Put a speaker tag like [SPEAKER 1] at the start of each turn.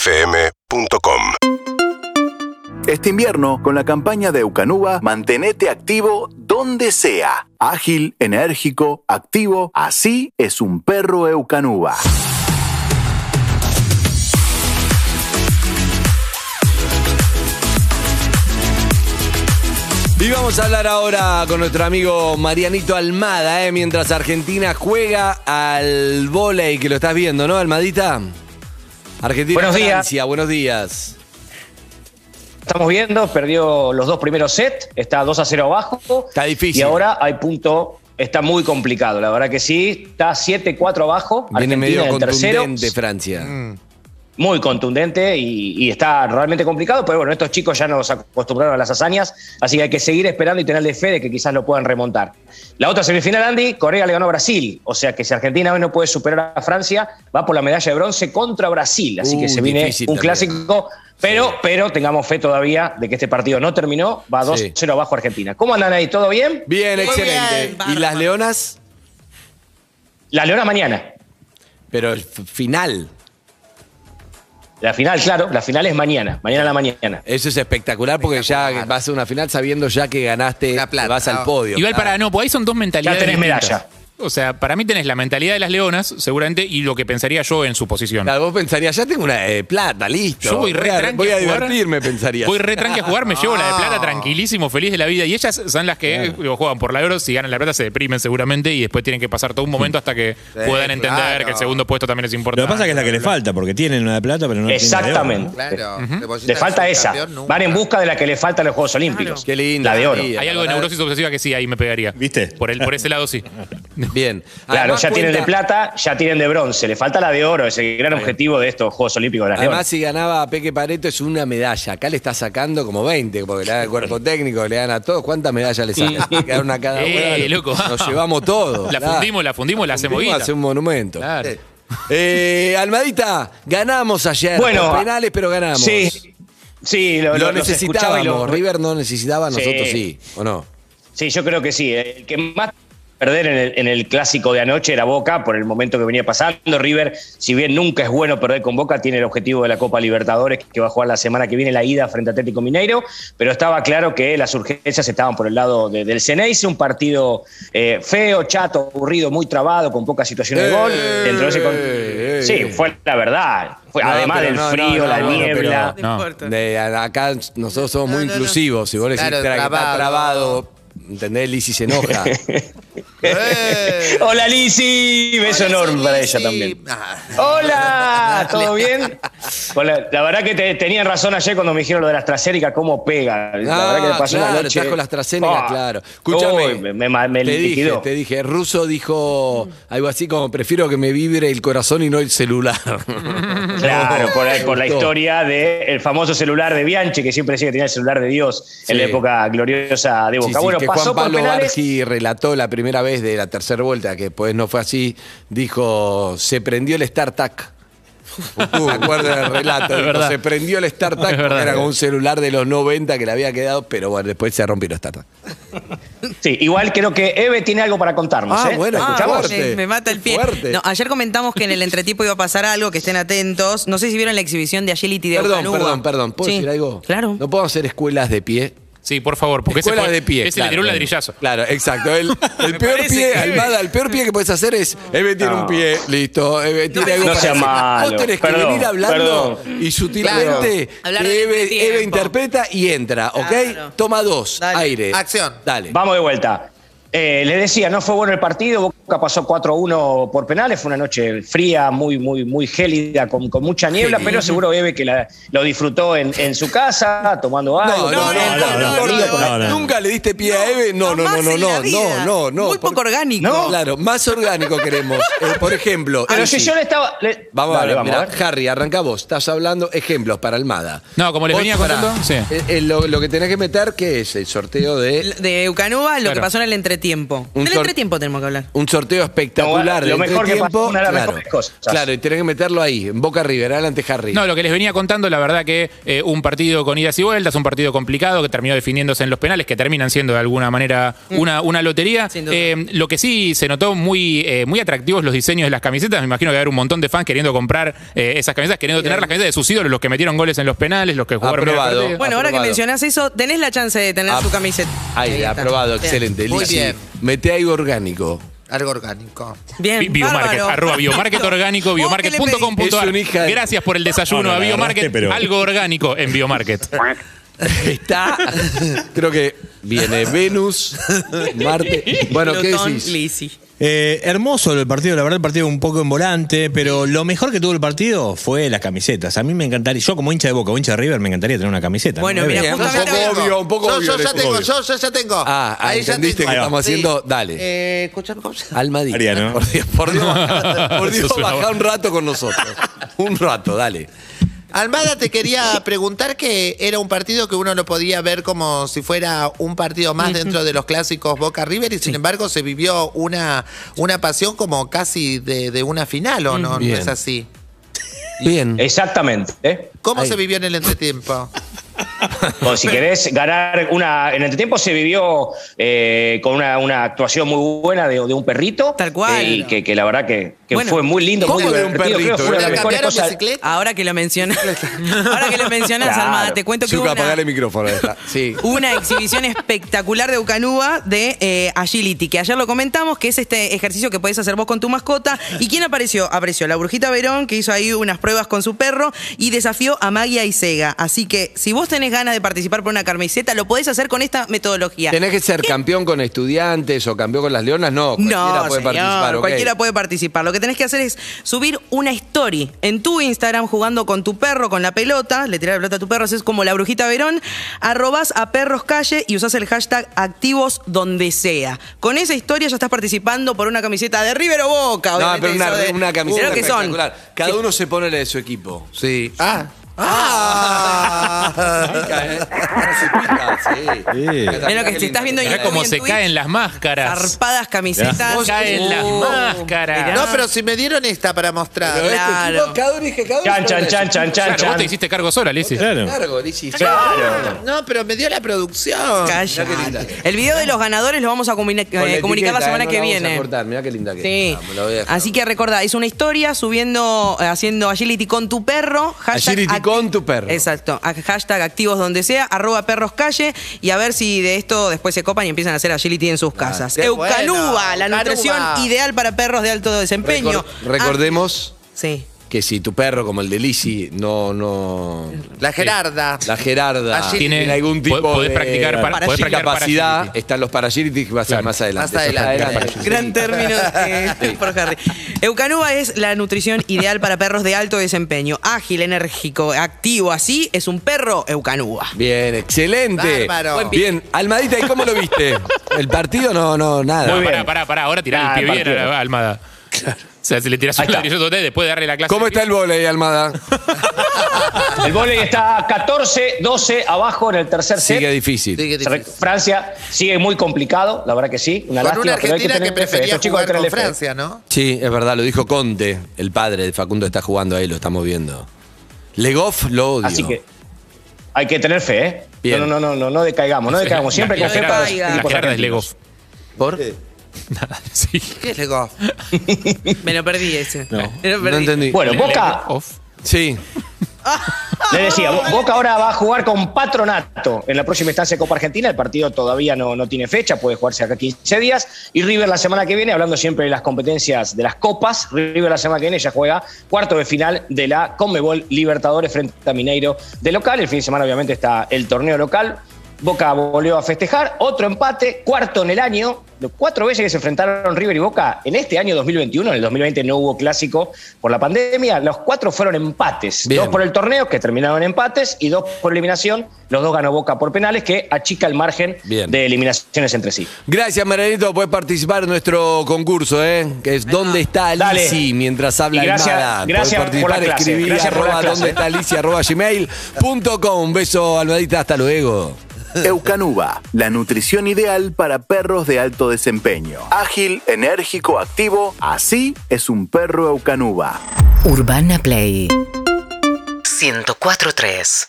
[SPEAKER 1] UrbanaPlayFM.com
[SPEAKER 2] Este invierno, con la campaña de Eucanuba, mantenete activo donde sea. Ágil, enérgico, activo, así es un perro Eucanuba.
[SPEAKER 3] Y vamos a hablar ahora con nuestro amigo Marianito Almada, ¿eh? mientras Argentina juega al volei, que lo estás viendo, ¿no, Almadita? Argentina,
[SPEAKER 4] Buenos días.
[SPEAKER 3] Francia, buenos días.
[SPEAKER 4] Estamos viendo, perdió los dos primeros sets, está 2 a 0 abajo.
[SPEAKER 3] Está difícil.
[SPEAKER 4] Y ahora hay punto, está muy complicado, la verdad que sí. Está 7-4 abajo.
[SPEAKER 3] Viene
[SPEAKER 4] Argentina
[SPEAKER 3] medio
[SPEAKER 4] en tercero.
[SPEAKER 3] contundente Francia.
[SPEAKER 4] Muy contundente y, y está realmente complicado, pero bueno, estos chicos ya nos acostumbraron a las hazañas, así que hay que seguir esperando y tenerle fe de que quizás lo puedan remontar. La otra semifinal, Andy, Corea le ganó a Brasil, o sea que si Argentina hoy no puede superar a Francia, va por la medalla de bronce contra Brasil, así
[SPEAKER 3] Uh,
[SPEAKER 4] que se viene un
[SPEAKER 3] difícil también.
[SPEAKER 4] clásico México, Pero, pero tengamos fe todavía de que este partido no terminó. Va
[SPEAKER 3] Sí.
[SPEAKER 4] 2-0 abajo Argentina. ¿Cómo andan ahí? ¿Todo bien?
[SPEAKER 3] Bien, excelente.
[SPEAKER 5] bien,
[SPEAKER 3] ¿Y
[SPEAKER 5] bárbaro.
[SPEAKER 3] las leonas?
[SPEAKER 4] La Leona mañana.
[SPEAKER 3] Pero el f- final.
[SPEAKER 4] La final, claro, la final es mañana. Mañana a la mañana.
[SPEAKER 3] Eso es espectacular porque ya vas a una final sabiendo ya que ganaste,
[SPEAKER 5] La plata.
[SPEAKER 3] vas al podio.
[SPEAKER 6] Igual
[SPEAKER 3] claro.
[SPEAKER 6] para no, pues ahí son dos mentalidades.
[SPEAKER 4] Ya tenés
[SPEAKER 6] distintas.
[SPEAKER 4] medalla.
[SPEAKER 6] O sea, para mí tenés la mentalidad de las leonas, seguramente, y lo que pensaría yo en su posición.
[SPEAKER 3] Claro, vos pensarías, ya tengo una de plata, listo.
[SPEAKER 6] Yo voy re
[SPEAKER 3] a,
[SPEAKER 6] tranqui
[SPEAKER 3] voy a
[SPEAKER 6] a jugar.
[SPEAKER 3] divertirme, Ah. pensarías.
[SPEAKER 6] Voy re tranqui a jugar, me llevo la de plata tranquilísimo, feliz de la vida. Y ellas son las que eh, digo, juegan por la euro, si ganan la plata se deprimen seguramente y después tienen que pasar todo un momento hasta que puedan entender
[SPEAKER 5] claro.
[SPEAKER 6] que el segundo puesto también es
[SPEAKER 7] Lo
[SPEAKER 6] importante.
[SPEAKER 7] que pasa es que es la que le falta, porque tienen una de plata, pero no tienen la de oro,
[SPEAKER 4] Exactamente.
[SPEAKER 5] Claro.
[SPEAKER 4] Le falta esa. Van en busca de la que le falta a los Juegos Olímpicos.
[SPEAKER 3] Qué linda.
[SPEAKER 4] La de oro.
[SPEAKER 3] María,
[SPEAKER 6] Hay
[SPEAKER 3] la
[SPEAKER 6] algo de
[SPEAKER 3] verdad.
[SPEAKER 6] neurosis obsesiva que sí, ahí me pegaría.
[SPEAKER 7] ¿Viste?
[SPEAKER 6] Por, el, por ese lado sí.
[SPEAKER 3] Bien.
[SPEAKER 4] Claro,
[SPEAKER 3] Además
[SPEAKER 4] ya tienen de
[SPEAKER 3] cuenta-
[SPEAKER 4] plata, ya tienen de bronce. Le falta la de oro, es el gran objetivo de estos Juegos Olímpicos de las
[SPEAKER 3] Además,
[SPEAKER 4] Leonas.
[SPEAKER 3] si ganaba a Peque Pareto es una medalla. Acá le está sacando como 20, porque le dan al cuerpo técnico, le dan a todos. ¿Cuántas medallas le sacan? Le quedaron a cada uno.
[SPEAKER 6] Eh, loco.
[SPEAKER 3] Nos llevamos todo.
[SPEAKER 6] La
[SPEAKER 3] claro.
[SPEAKER 6] fundimos, la fundimos, la hacemos guita.
[SPEAKER 3] hace un monumento.
[SPEAKER 6] Claro.
[SPEAKER 3] Eh, Almadita, ganamos ayer.
[SPEAKER 4] Bueno,
[SPEAKER 3] por penales, pero ganamos.
[SPEAKER 4] Sí. Sí,
[SPEAKER 3] Lo,
[SPEAKER 4] lo, lo- los escuchaba
[SPEAKER 3] necesitábamos.
[SPEAKER 4] y lo-
[SPEAKER 3] River no necesitaba, nosotros sí.
[SPEAKER 4] Sí.
[SPEAKER 3] ¿O no?
[SPEAKER 4] Sí, yo creo que sí. eh. El que más perder en el, en el clásico de anoche era Boca por el momento que venía pasando. River, si bien nunca es bueno perder con Boca, tiene el objetivo de la Copa Libertadores que va a jugar la semana que viene la ida frente a Atlético Mineiro, pero estaba claro que las urgencias estaban por el lado de- del Ceneice, un partido eh, feo, chato, aburrido, muy trabado, con pocas situaciones de gol.
[SPEAKER 3] Eh,
[SPEAKER 4] Dentro de ese con-
[SPEAKER 3] eh,
[SPEAKER 4] sí, fue la verdad. Fue,
[SPEAKER 3] No,
[SPEAKER 4] Pues, además
[SPEAKER 3] pero
[SPEAKER 4] del
[SPEAKER 3] no, no,
[SPEAKER 4] frío,
[SPEAKER 3] no,
[SPEAKER 4] la
[SPEAKER 3] no, no,
[SPEAKER 4] niebla.
[SPEAKER 3] pero-
[SPEAKER 6] No.
[SPEAKER 3] De- acá nosotros somos
[SPEAKER 5] No,
[SPEAKER 3] muy
[SPEAKER 5] no, no.
[SPEAKER 3] inclusivos. Si vos le decís
[SPEAKER 5] Claro,
[SPEAKER 3] "Tra- que está
[SPEAKER 5] trabado".
[SPEAKER 3] trabado, ¿entendés? Lisi se enoja. eh.
[SPEAKER 4] Hola Lisi, beso enorme para ella también.
[SPEAKER 8] Ah,
[SPEAKER 4] Hola, ¿todo bien? Hola, La, verdad que te- tenían razón ayer cuando me dijeron lo de la AstraZeneca, cómo pega.
[SPEAKER 3] Ah,
[SPEAKER 4] La verdad que me pasó una
[SPEAKER 3] claro,
[SPEAKER 4] noche-
[SPEAKER 3] estás con la AstraZeneca,
[SPEAKER 4] Ah,
[SPEAKER 3] claro. Escúchame,
[SPEAKER 4] uy, me, me- me
[SPEAKER 3] te dije,
[SPEAKER 4] liquidó.
[SPEAKER 3] te dije, Russo dijo algo así como, prefiero que me vibre el corazón y no el celular.
[SPEAKER 4] Claro, por, la- por la
[SPEAKER 3] Gustó.
[SPEAKER 4] historia del famoso celular de Bianchi, que siempre decía que tenía el celular de Dios en
[SPEAKER 3] Sí.
[SPEAKER 4] la época gloriosa de Boca.
[SPEAKER 3] Sí, sí,
[SPEAKER 4] bueno,
[SPEAKER 3] que
[SPEAKER 4] pasó
[SPEAKER 3] Juan
[SPEAKER 4] por
[SPEAKER 3] Pablo
[SPEAKER 4] penales.
[SPEAKER 3] Bargi relató la primera vez de la tercera vuelta, que pues no fue así, dijo, se prendió el StarTac.
[SPEAKER 4] Uh.
[SPEAKER 3] Me acuerdo del relato, dijo,
[SPEAKER 6] verdad.
[SPEAKER 3] se prendió el StarTac, porque
[SPEAKER 6] verdad.
[SPEAKER 3] era como un celular de los 90 que le había quedado, pero bueno, después se rompió el StarTac.
[SPEAKER 4] Sí, igual creo que Eve tiene algo para contarnos.
[SPEAKER 3] Ah,
[SPEAKER 4] ¿eh?
[SPEAKER 3] bueno,
[SPEAKER 4] ¿La
[SPEAKER 3] qué
[SPEAKER 4] escuchamos?
[SPEAKER 3] fuerte.
[SPEAKER 5] Me, me mata el pie.
[SPEAKER 3] Fuerte.
[SPEAKER 5] No, ayer comentamos que en el entretipo iba a pasar algo, que estén atentos. No sé si vieron la exhibición de Agility de
[SPEAKER 3] Perdón,
[SPEAKER 5] Ocaluga.
[SPEAKER 3] perdón, perdón, ¿puedo
[SPEAKER 5] Sí,
[SPEAKER 3] decir algo?
[SPEAKER 5] Claro.
[SPEAKER 3] No puedo hacer escuelas de pie.
[SPEAKER 6] Sí, por favor, porque ese,
[SPEAKER 3] Escuela
[SPEAKER 6] fue-
[SPEAKER 3] de pie.
[SPEAKER 6] ese le tiró un
[SPEAKER 3] claro.
[SPEAKER 6] ladrillazo.
[SPEAKER 3] Claro, exacto. El, el peor
[SPEAKER 5] parece
[SPEAKER 3] pie,
[SPEAKER 5] que-
[SPEAKER 3] Almada, el peor pie que puedes hacer es Eve tiene un
[SPEAKER 4] No.
[SPEAKER 3] pie, listo. Eve tiene
[SPEAKER 5] No,
[SPEAKER 3] algo
[SPEAKER 5] no
[SPEAKER 3] para
[SPEAKER 4] sea
[SPEAKER 3] hacer.
[SPEAKER 4] malo.
[SPEAKER 3] Vos tenés que
[SPEAKER 4] Perdón,
[SPEAKER 3] venir hablando
[SPEAKER 4] perdón.
[SPEAKER 3] y sutilmente
[SPEAKER 5] Claro. Hablar
[SPEAKER 3] que
[SPEAKER 5] del
[SPEAKER 3] Eve,
[SPEAKER 5] entretiempo.
[SPEAKER 3] Eve interpreta y entra, ¿ok?
[SPEAKER 5] Claro.
[SPEAKER 3] Toma dos,
[SPEAKER 5] Dale.
[SPEAKER 3] aire.
[SPEAKER 5] Acción.
[SPEAKER 3] Dale.
[SPEAKER 4] Vamos de vuelta. Eh, les decía, no fue bueno el partido, Boca pasó 4-1 por penales, fue una noche fría, muy, muy, muy gélida, con, con mucha niebla, pero seguro Eve que la- lo disfrutó en, en su casa, tomando
[SPEAKER 3] No, no,
[SPEAKER 4] algo.
[SPEAKER 3] no,
[SPEAKER 4] tomando algo,
[SPEAKER 3] no,
[SPEAKER 4] con
[SPEAKER 3] no,
[SPEAKER 4] los amigos, con la-
[SPEAKER 3] no,
[SPEAKER 7] no, no.
[SPEAKER 3] Nunca le diste pie a Eve. No, no, no,
[SPEAKER 5] Jamás
[SPEAKER 3] no,
[SPEAKER 5] en la
[SPEAKER 3] no,
[SPEAKER 5] vida.
[SPEAKER 3] no, no, no.
[SPEAKER 5] Muy poco orgánico.
[SPEAKER 3] Claro, más orgánico queremos. Eh, por ejemplo,
[SPEAKER 4] Pero si
[SPEAKER 3] Angie.
[SPEAKER 4] yo le estaba. le-
[SPEAKER 3] Vamos
[SPEAKER 4] Dale,
[SPEAKER 3] a ver, mirá,
[SPEAKER 4] ver.
[SPEAKER 3] Harry, arranca vos. Estás hablando ejemplos para Almada.
[SPEAKER 6] No, como les
[SPEAKER 3] Vos,
[SPEAKER 6] venía
[SPEAKER 3] pará.
[SPEAKER 6] contando, sí.
[SPEAKER 3] Eh, eh, lo, lo que tenés que meter, ¿qué es? El sorteo de
[SPEAKER 5] De Eucanúa, lo
[SPEAKER 6] Claro.
[SPEAKER 5] que pasó en el entretiempo.
[SPEAKER 3] Un
[SPEAKER 5] Del
[SPEAKER 3] sor-
[SPEAKER 5] entretiempo tenemos que hablar.
[SPEAKER 3] un sorteo espectacular.
[SPEAKER 4] No, lo
[SPEAKER 3] de
[SPEAKER 4] mejor que
[SPEAKER 3] entretiempo,
[SPEAKER 4] pasó, una de las
[SPEAKER 3] claro,
[SPEAKER 4] mejores cosas.
[SPEAKER 3] Claro, y tenés que meterlo ahí, en Boca River, adelante Harry.
[SPEAKER 6] No, lo que les venía contando, la verdad que eh, un partido con idas y vueltas, un partido complicado que terminó definiéndose en los penales, que terminan siendo de alguna manera una, una lotería.
[SPEAKER 5] Mm. Sin duda.
[SPEAKER 6] Eh, lo que sí se notó muy, eh, muy atractivos los diseños de las camisetas. Me imagino que va a haber un montón de fans queriendo comprar eh, esas camisetas, queriendo tener las camisetas de sus ídolos, los que metieron goles en los penales, los que jugaron bien el
[SPEAKER 3] Aprobado.
[SPEAKER 6] partido.
[SPEAKER 5] Bueno, ahora que
[SPEAKER 3] Aprobado.
[SPEAKER 5] mencionás eso, tenés la chance de tener
[SPEAKER 3] Ah,
[SPEAKER 5] su camiseta.
[SPEAKER 3] Ahí,
[SPEAKER 8] está.
[SPEAKER 3] aprobado,
[SPEAKER 8] Bien.
[SPEAKER 3] excelente.
[SPEAKER 8] Muy
[SPEAKER 3] Lizzy,
[SPEAKER 8] bien.
[SPEAKER 3] Mete algo orgánico.
[SPEAKER 8] Algo orgánico.
[SPEAKER 5] Bien,
[SPEAKER 6] Bi- Biomarket,
[SPEAKER 5] bárbaro.
[SPEAKER 6] arroba biomarket orgánico,
[SPEAKER 5] ¿Vos qué le pedís?
[SPEAKER 6] biomarket.com.ar.
[SPEAKER 3] Es una hija de-
[SPEAKER 6] Gracias por el desayuno
[SPEAKER 7] No, no,
[SPEAKER 6] a
[SPEAKER 7] la
[SPEAKER 6] Biomarket,
[SPEAKER 7] agarraste, pero-
[SPEAKER 6] algo orgánico en Biomarket.
[SPEAKER 3] Está. Creo que viene Venus, Marte. Bueno, ¿qué
[SPEAKER 5] Plutón,
[SPEAKER 3] decís?
[SPEAKER 5] Lisi.
[SPEAKER 7] Eh, hermoso el partido, la verdad, el partido un poco en volante, pero lo mejor que tuvo el partido fue las camisetas. A mí me encantaría, yo como hincha de Boca o hincha de River, me encantaría tener una camiseta.
[SPEAKER 5] Bueno,
[SPEAKER 7] Nueve.
[SPEAKER 5] mira,
[SPEAKER 3] Un poco
[SPEAKER 5] Justamente algo.
[SPEAKER 3] obvio, un poco
[SPEAKER 8] yo,
[SPEAKER 3] obvio.
[SPEAKER 8] yo ya
[SPEAKER 3] le-
[SPEAKER 8] tengo,
[SPEAKER 3] obvio.
[SPEAKER 8] yo, yo ya tengo.
[SPEAKER 3] Ah, ah,
[SPEAKER 8] Ahí ya
[SPEAKER 3] entendiste
[SPEAKER 8] tengo.
[SPEAKER 3] que estamos
[SPEAKER 8] Sí.
[SPEAKER 3] haciendo- dale.
[SPEAKER 8] Eh, escuchame una cosa.
[SPEAKER 3] Alma Di.
[SPEAKER 7] Mariano.
[SPEAKER 3] Por Dios, por Dios, baja- por Dios,
[SPEAKER 6] Eso es una
[SPEAKER 3] baja
[SPEAKER 6] buena.
[SPEAKER 3] un rato con nosotros. Un rato, dale.
[SPEAKER 8] Almada, te quería preguntar que era un partido que uno lo podía ver como si fuera un partido más dentro de los clásicos Boca River y sin embargo se vivió una, una pasión como casi de, de una final, ¿o no?
[SPEAKER 3] Bien.
[SPEAKER 8] No es así.
[SPEAKER 3] Bien.
[SPEAKER 4] Exactamente. ¿eh?
[SPEAKER 8] ¿Cómo
[SPEAKER 3] Ahí.
[SPEAKER 8] se vivió en el entretiempo?
[SPEAKER 4] Bueno, si querés ganar una. En el tiempo se vivió eh, con una, una actuación muy buena de, de un perrito.
[SPEAKER 5] Tal cual.
[SPEAKER 4] eh, y que, que la verdad que, que
[SPEAKER 5] Bueno,
[SPEAKER 4] fue muy lindo, muy
[SPEAKER 3] ¿cómo de un
[SPEAKER 4] divertido. Creo que
[SPEAKER 3] perrito?
[SPEAKER 4] fue una de
[SPEAKER 8] ¿La
[SPEAKER 4] las mejores
[SPEAKER 8] cambiaron
[SPEAKER 4] cosas.
[SPEAKER 8] bicicleta?
[SPEAKER 5] Ahora que lo mencionas, ahora que lo mencionas,
[SPEAKER 4] Claro.
[SPEAKER 5] Almada, te cuento que hubo
[SPEAKER 3] Zucca,
[SPEAKER 5] una,
[SPEAKER 3] apagale el micrófono. esta. Sí.
[SPEAKER 5] hubo una exhibición espectacular de Ucanúa de eh, Agility, que ayer lo comentamos, que es este ejercicio que podés hacer vos con tu mascota. ¿Y quién apareció? Apareció la Brujita Verón, que hizo ahí unas pruebas con su perro y desafió a Magia y Sega. Así que si vos tenés ganas de participar por una camiseta, lo podés hacer con esta metodología.
[SPEAKER 3] ¿Tenés que ser campeón con estudiantes o campeón con las leonas? No, cualquiera
[SPEAKER 5] no,
[SPEAKER 3] puede
[SPEAKER 5] señor,
[SPEAKER 3] participar. ok.
[SPEAKER 5] cualquiera puede participar. Lo que tenés que hacer es subir una story en tu Instagram jugando con tu perro, con la pelota, le tirás la pelota a tu perro, haces como la brujita Verón, arrobas a perros calle y usás el hashtag activos donde sea. Con esa historia ya estás participando por una camiseta de River o Boca.
[SPEAKER 3] No,
[SPEAKER 5] obviamente,
[SPEAKER 3] pero una,
[SPEAKER 5] eso de-
[SPEAKER 3] una camiseta
[SPEAKER 5] Creo que son.
[SPEAKER 3] espectacular. Cada
[SPEAKER 5] Sí.
[SPEAKER 3] uno se pone la de su equipo. Sí.
[SPEAKER 8] Ah. Ah.
[SPEAKER 3] Pica, ¿eh? Sí.
[SPEAKER 7] Sí.
[SPEAKER 3] Pica,
[SPEAKER 5] Mirá
[SPEAKER 3] qué
[SPEAKER 5] que
[SPEAKER 3] lindo.
[SPEAKER 5] si estás viendo
[SPEAKER 6] Mirá
[SPEAKER 5] YouTube
[SPEAKER 6] cómo
[SPEAKER 5] y en
[SPEAKER 6] se
[SPEAKER 5] Twitch,
[SPEAKER 6] caen las máscaras.
[SPEAKER 5] Zarpadas camisetas.
[SPEAKER 6] Vos caen las
[SPEAKER 5] Oh,
[SPEAKER 6] máscaras.
[SPEAKER 5] mirá.
[SPEAKER 8] No, pero si me dieron esta para mostrar.
[SPEAKER 3] Ah. Pero este
[SPEAKER 5] Claro.
[SPEAKER 3] tipo, cada uno dije, cada uno
[SPEAKER 4] Chan,
[SPEAKER 3] se pone
[SPEAKER 4] chan,
[SPEAKER 3] la de
[SPEAKER 4] chan,
[SPEAKER 3] su-
[SPEAKER 4] chan, chan,
[SPEAKER 6] Claro, vos
[SPEAKER 4] chan.
[SPEAKER 6] te hiciste cargo sola, Lizzy.
[SPEAKER 7] Claro.
[SPEAKER 3] Largo, Lichi.
[SPEAKER 4] Claro.
[SPEAKER 8] No, pero me dio la producción.
[SPEAKER 5] Calla.
[SPEAKER 3] Mirá qué linda que
[SPEAKER 5] El video de los ganadores lo vamos a comuni-
[SPEAKER 3] Con
[SPEAKER 5] eh, comunicar la
[SPEAKER 3] etiqueta,
[SPEAKER 5] semana
[SPEAKER 3] no
[SPEAKER 5] que
[SPEAKER 3] vamos a
[SPEAKER 5] viene.
[SPEAKER 3] cortar, mirá qué linda que
[SPEAKER 5] Sí.
[SPEAKER 3] está, me la voy a dejar.
[SPEAKER 5] Así que recordá, es una historia subiendo, eh, haciendo agility con tu perro.
[SPEAKER 3] Agility
[SPEAKER 5] acti-
[SPEAKER 3] con tu perro.
[SPEAKER 5] Exacto. a- Hashtag activos donde sea, arroba perros calle y a ver si de esto después se copan y empiezan a hacer agility en sus
[SPEAKER 3] Ah,
[SPEAKER 5] casas.
[SPEAKER 8] qué
[SPEAKER 5] Eucanuba,
[SPEAKER 8] bueno,
[SPEAKER 5] la nutrición
[SPEAKER 8] Eucanuba.
[SPEAKER 5] ideal para perros de alto desempeño.
[SPEAKER 3] Recor- recordemos
[SPEAKER 5] Ah, sí.
[SPEAKER 3] que si tu perro, como el de Lisi, no, no. Eh,
[SPEAKER 8] La Gerarda.
[SPEAKER 3] La Gerarda
[SPEAKER 8] Agility.
[SPEAKER 6] Tiene-
[SPEAKER 3] tiene algún
[SPEAKER 6] po-
[SPEAKER 3] tipo
[SPEAKER 6] podés
[SPEAKER 3] de
[SPEAKER 6] practicar para-
[SPEAKER 5] podés practicar
[SPEAKER 3] capacidad,
[SPEAKER 6] paragility.
[SPEAKER 3] están los paragilitis que va a ser
[SPEAKER 6] Claro.
[SPEAKER 3] más adelante.
[SPEAKER 8] Más
[SPEAKER 3] Eso está
[SPEAKER 8] adelante.
[SPEAKER 3] adelante.
[SPEAKER 5] Gran término eh, por Harry. Eucanuba es la nutrición ideal para perros de alto desempeño. Ágil, enérgico, activo, así es un perro Eucanuba.
[SPEAKER 3] Bien, excelente.
[SPEAKER 8] Bárbaro. Buen pick.
[SPEAKER 3] Bien, Almadita, ¿y cómo lo viste? ¿El partido? No, no, nada.
[SPEAKER 6] No,
[SPEAKER 4] Muy bien.
[SPEAKER 6] pará, pará, pará, ahora
[SPEAKER 4] Ah,
[SPEAKER 6] tirá el pie bien
[SPEAKER 4] partido.
[SPEAKER 6] a la Almada. O sea, si le tirás
[SPEAKER 4] Ahí
[SPEAKER 6] un
[SPEAKER 4] está.
[SPEAKER 6] ladrillo total después de darle la clase.
[SPEAKER 3] ¿Cómo está el volei, Almada?
[SPEAKER 4] El volei está 14-12 abajo en el tercer set.
[SPEAKER 3] Sigue difícil.
[SPEAKER 8] Sí, qué
[SPEAKER 4] Se re-
[SPEAKER 8] difícil.
[SPEAKER 4] Francia sigue muy complicado, la verdad que sí. Una
[SPEAKER 8] Con
[SPEAKER 4] lástima,
[SPEAKER 8] una
[SPEAKER 4] pero hay
[SPEAKER 8] Argentina que,
[SPEAKER 4] tener fe.
[SPEAKER 8] prefería
[SPEAKER 4] Estos chicos hay
[SPEAKER 8] jugar
[SPEAKER 4] que
[SPEAKER 8] con
[SPEAKER 4] tenerle fe.
[SPEAKER 8] Francia, ¿no?
[SPEAKER 3] Sí, es verdad, lo dijo Conte, el padre de Facundo está jugando ahí, lo estamos viendo. Legoff lo odio.
[SPEAKER 4] Así que hay que tener fe, ¿eh?
[SPEAKER 3] Bien.
[SPEAKER 4] No, no, no, no, no decaigamos, no decaigamos. Siempre con fe para los
[SPEAKER 5] Gerarda.
[SPEAKER 6] La
[SPEAKER 4] equipos
[SPEAKER 6] Gerarda es Lego.
[SPEAKER 4] argentinos.
[SPEAKER 3] ¿Por?
[SPEAKER 6] Sí.
[SPEAKER 8] ¿Qué es Lego?
[SPEAKER 5] Me lo perdí ese.
[SPEAKER 7] No.
[SPEAKER 5] Me lo
[SPEAKER 3] No
[SPEAKER 5] perdí.
[SPEAKER 3] entendí.
[SPEAKER 4] Bueno, Boca,
[SPEAKER 6] Lego off.
[SPEAKER 3] Sí.
[SPEAKER 4] le decía, Bo- Boca ahora va a jugar con Patronato en la próxima instancia de Copa Argentina. El partido todavía no, no tiene fecha, puede jugarse acá 15 días. Y River la semana que viene, hablando siempre de las competencias de las copas, River la semana que viene ya juega cuarto de final de la Conmebol Libertadores frente a Mineiro de local. El fin de semana, obviamente, está el torneo local. Boca volvió a festejar, otro empate, cuarto en el año. Cuatro veces que se enfrentaron River y Boca en este año 2021. En el 2020 no hubo clásico por la pandemia. Los cuatro fueron empates.
[SPEAKER 3] Bien.
[SPEAKER 4] Dos por el torneo, que terminaron en empates, y dos por eliminación. Los dos ganó Boca por penales, que achica el margen
[SPEAKER 3] Bien.
[SPEAKER 4] de eliminaciones entre sí.
[SPEAKER 3] Gracias, Marianito. Puedes participar en nuestro concurso, ¿eh? Que es ¿Dónde está
[SPEAKER 4] Dale.
[SPEAKER 3] Alicia? Mientras habla
[SPEAKER 4] Y gracias-
[SPEAKER 3] Almada. Podés
[SPEAKER 4] gracias por
[SPEAKER 3] participar,
[SPEAKER 4] la clase.
[SPEAKER 3] escribí
[SPEAKER 4] Gracias por la
[SPEAKER 3] arroba
[SPEAKER 4] clase.
[SPEAKER 3] dónde está Alicia, arroba gmail punto com. Un beso, Almadita. Hasta luego.
[SPEAKER 2] Eucanuba, la nutrición ideal para perros de alto desempeño. Ágil, enérgico, activo, así es un perro Eucanuba.
[SPEAKER 9] Urbana Play 104.3